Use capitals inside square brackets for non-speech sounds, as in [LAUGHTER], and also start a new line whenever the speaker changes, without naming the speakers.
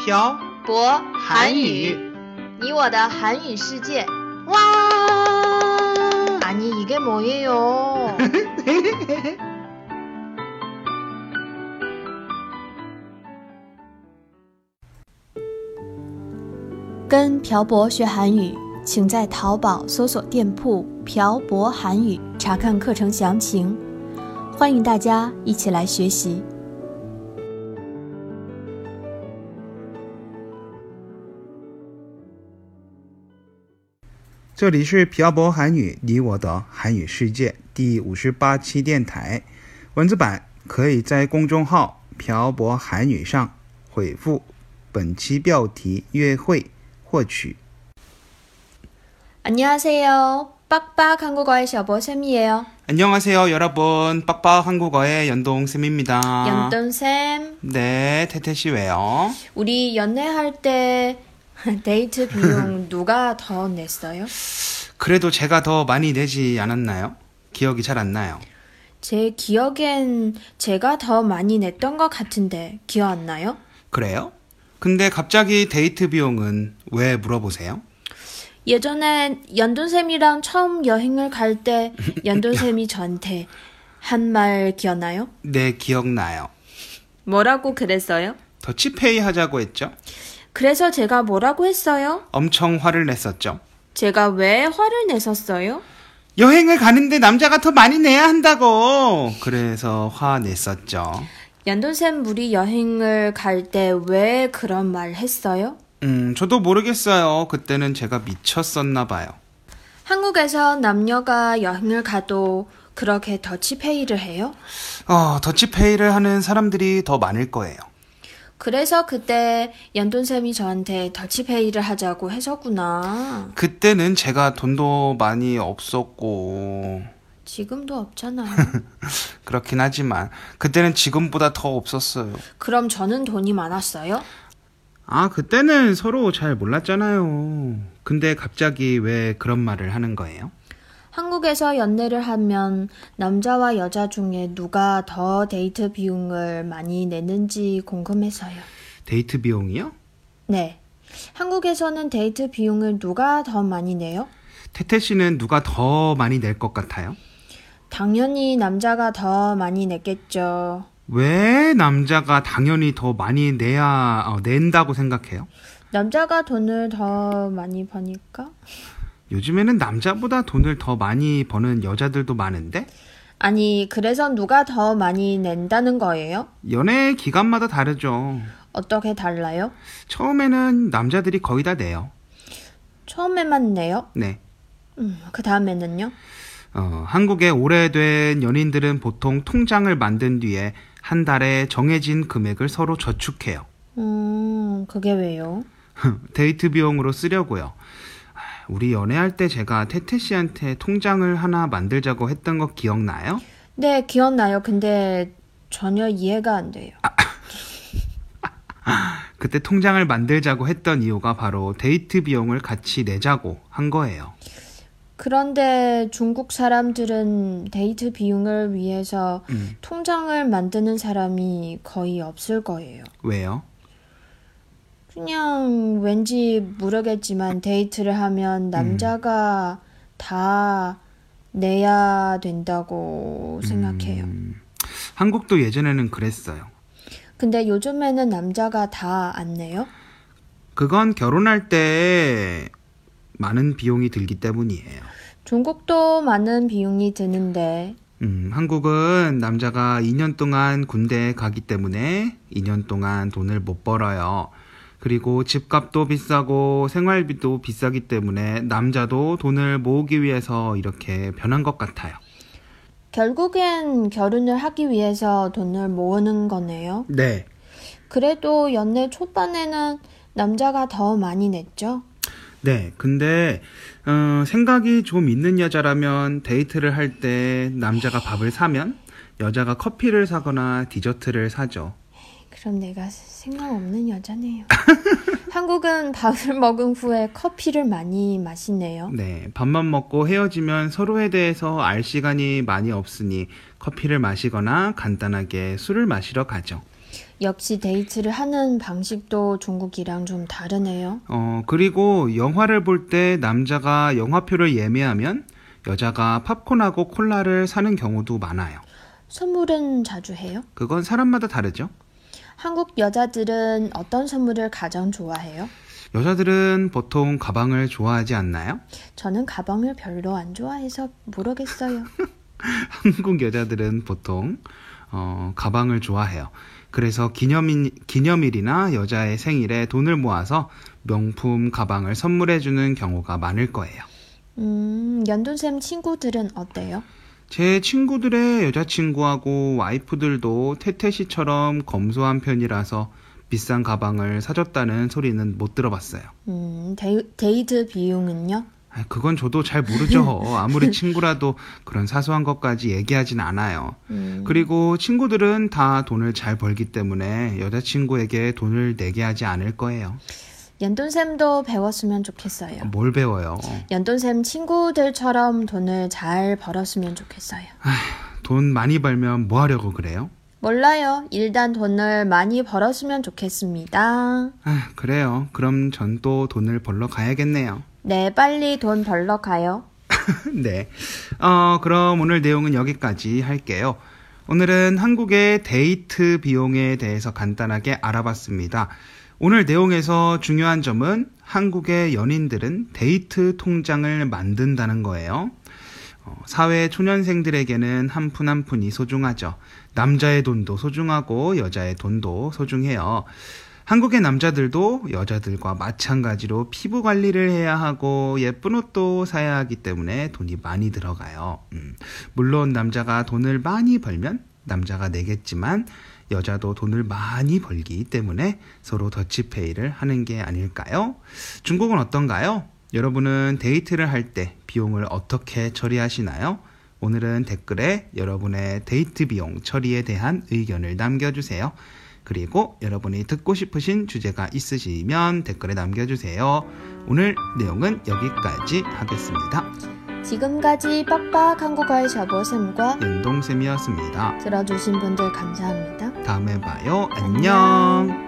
朴
博
韩语
你我的韩语世界。啊
哇！
아니 이게 뭐예요?
[LAUGHS] 跟朴博学韩语，请在淘宝搜索店铺“朴博韩语”查看课程详情。欢迎大家一起来学习。
这里是朴博韩语，你我的韩语世界第五十八期电台，文字版可以在公众号“朴博韩语”上回复本期标题“约会”获取。
안녕하세요. 빡빡 한국어의 셔보 쌤이에요.
안녕하세요, 여러분. 빡빡 한국어의 연동쌤입니다.
연돈 쌤,
네, 태태씨 왜요?
우리 연애할 때 [LAUGHS] 데이트 [LAUGHS] 비용 누가 더 냈어요?
그래도 제가 더 많이 내지 않았나요? 기억이 잘 안 나요.
제 기억엔 제가 더 많이 냈던 것 같은데 기억 안 나요?
그래요? 근데 갑자기 데이트 비용은 왜 물어보세요?
예전에 연돈쌤이랑 처음 여행을 갈 [LAUGHS] 때 연돈쌤이 저한테 한 말 기억나요?
네, 기억나요.
뭐라고 그랬어요?
더치페이 하자고 했죠?
그래서 제가 뭐라고 했어요?
엄청 화를 냈었죠?
제가 왜 화를 냈었어요?
여행을 가는데 남자가 더 많이 내야 한다고! 그래서 화 냈었죠.
연돈쌤 우리 여행을 갈 때 왜 그런 말 했어요?
음, 저도 모르겠어요. 그때는 제가 미쳤었나 봐요.
한국에서 남녀가 여행을 가도 그렇게 더치페이를 해요?
어, 더치페이를 하는 사람들이 더 많을 거예요.
그래서 그때 연돈쌤이 저한테 더치페이를 하자고 했었구나.
그때는 제가 돈도 많이 없었고
지금도 없잖아요.
그렇긴 하지만 그때는 지금보다 더 없었어요.
그럼 저는 돈이 많았어요?
아, 그때는 서로 잘 몰랐잖아요. 근데 갑자기 왜 그런 말을 하는 거예요?
한국에서 연애를 하면 남자와 여자 중에 누가 더 데이트 비용을 많이 내는지 궁금해서요.
데이트 비용이요?
네. 한국에서는 데이트 비용을 누가 더 많이 내요?
태태 씨는 누가 더 많이 낼 것 같아요?
당연히 남자가 더 많이 냈겠죠.
왜 남자가 당연히 더 많이 내야 어, 낸다고 생각해요?
남자가 돈을 더 많이 버니까?
요즘에는 남자보다 돈을 더 많이 버는 여자들도 많은데
아니, 그래서 누가 더 많이 낸다는 거예요?
연애 기간마다 다르죠.
어떻게 달라요?
처음에는 남자들이 거의 다 내요.
처음에만 내요?
네.
음, 그 다음에는요?
어, 한국의 오래된 연인들은 보통 통장을 만든 뒤에 한 달에 정해진 금액을 서로 저축해요.
음, 그게 왜요?
[LAUGHS] 데이트 비용으로 쓰려고요. 아, 우리 연애할 때 제가 태태 씨한테 통장을 하나 만들자고 했던 거 기억나요?
네, 기억나요. 근데 전혀 이해가 안 돼요.
그때 통장을 만들자고 했던 이유가 바로 데이트 비용을 같이 내자고 한 거예요.
그런데 중국 사람들은 데이트 비용을 위해서 통장을 만드는 사람이 거의 없을 거예요.
왜요?
그냥 왠지 모르겠지만 데이트를 하면 남자가 다 내야 된다고 생각해요.
한국도 예전에는 그랬어요.
근데 요즘에는 남자가 다 안 내요?
그건 결혼할 때 많은 비용이 들기 때문이에요.
중국도 많은 비용이 드는데
음, 한국은 남자가 2년 동안 군대에 가기 때문에 2년 동안 돈을 못 벌어요. 그리고 집값도 비싸고 생활비도 비싸기 때문에 남자도 돈을 모으기 위해서 이렇게 변한 것 같아요.
결국엔 결혼을 하기 위해서 돈을 모으는 거네요.
네.
그래도 연애 초반에는 남자가 더 많이 냈죠.
네. 근데, 어, 생각이 좀 있는 여자라면 데이트를 할 때 남자가 밥을 사면 여자가 커피를 사거나 디저트를 사죠.
그럼 내가 생각 없는 여자네요. [LAUGHS] 한국은 밥을 먹은 후에 커피를 많이 마시네요.
네, 밥만 먹고 헤어지면 서로에 대해서 알 시간이 많이 없으니 커피를 마시거나 간단하게 술을 마시러 가죠.
역시 데이트를 하는 방식도 중국이랑 좀 다르네요.
어, 그리고 영화를 볼 때 남자가 영화표를 예매하면 여자가 팝콘하고 콜라를 사는 경우도 많아요.
선물은 자주 해요?
그건 사람마다 다르죠.
한국 여자들은 어떤 선물을 가장 좋아해요?
여자들은 보통 가방을 좋아하지 않나요?
저는 가방을 별로 안 좋아해서 모르겠어요.
한국 여자들은 보통 어, 가방을 좋아해요. 그래서 기념일, 기념일이나 여자의 생일에 돈을 모아서 명품 가방을 선물해주는 경우가 많을 거예요.
음, 연돈쌤 친구들은 어때요?
제 친구들의 여자친구하고 와이프들도 태태 씨처럼 검소한 편이라서 비싼 가방을 사줬다는 소리는 못 들어봤어요.
음, 데이, 데이트 비용은요?
아, 그건 저도 잘 모르죠. 아무리 친구라도 그런 사소한 것까지 얘기하진 않아요.
음,
그리고 친구들은 다 돈을 잘 벌기 때문에 여자친구에게 돈을 내게 하지 않을 거예요.
연돈쌤도 배웠으면 좋겠어요.
뭘 배워요?
연돈쌤 친구들처럼 돈을 잘 벌었으면 좋겠어요.
돈 많이 벌면 뭐 하려고 그래요?
몰라요. 일단 돈을 많이 벌었으면 좋겠습니다.
아, 그래요. 그럼 전 또 돈을 벌러 가야겠네요.
네, 빨리 돈 벌러 가요.
[LAUGHS] 네. 어, 그럼 오늘 내용은 여기까지 할게요. 오늘은 한국의 데이트 비용에 대해서 간단하게 알아봤습니다. 오늘 내용에서 중요한 점은 한국의 연인들은 데이트 통장을 만든다는 거예요. 어, 사회 초년생들에게는 한 푼 한 푼이 소중하죠. 남자의 돈도 소중하고 여자의 돈도 소중해요. 한국의 남자들도 여자들과 마찬가지로 피부 관리를 해야 하고 예쁜 옷도 사야 하기 때문에 돈이 많이 들어가요. 음, 물론 남자가 돈을 많이 벌면 남자가 내겠지만 여자도 돈을 많이 벌기 때문에 서로 더치페이를 하는 게 아닐까요? 중국은 어떤가요? 여러분은 데이트를 할 때 비용을 어떻게 처리하시나요? 오늘은 댓글에 여러분의 데이트 비용 처리에 대한 의견을 남겨주세요. 그리고 여러분이 듣고 싶으신 주제가 있으시면 댓글에 남겨주세요. 오늘 내용은 여기까지 하겠습니다.
지금까지 빡빡 한국어의 샤보쌤과
연동쌤이었습니다.
들어주신 분들 감사합니다.
다음에 봐요. 안녕.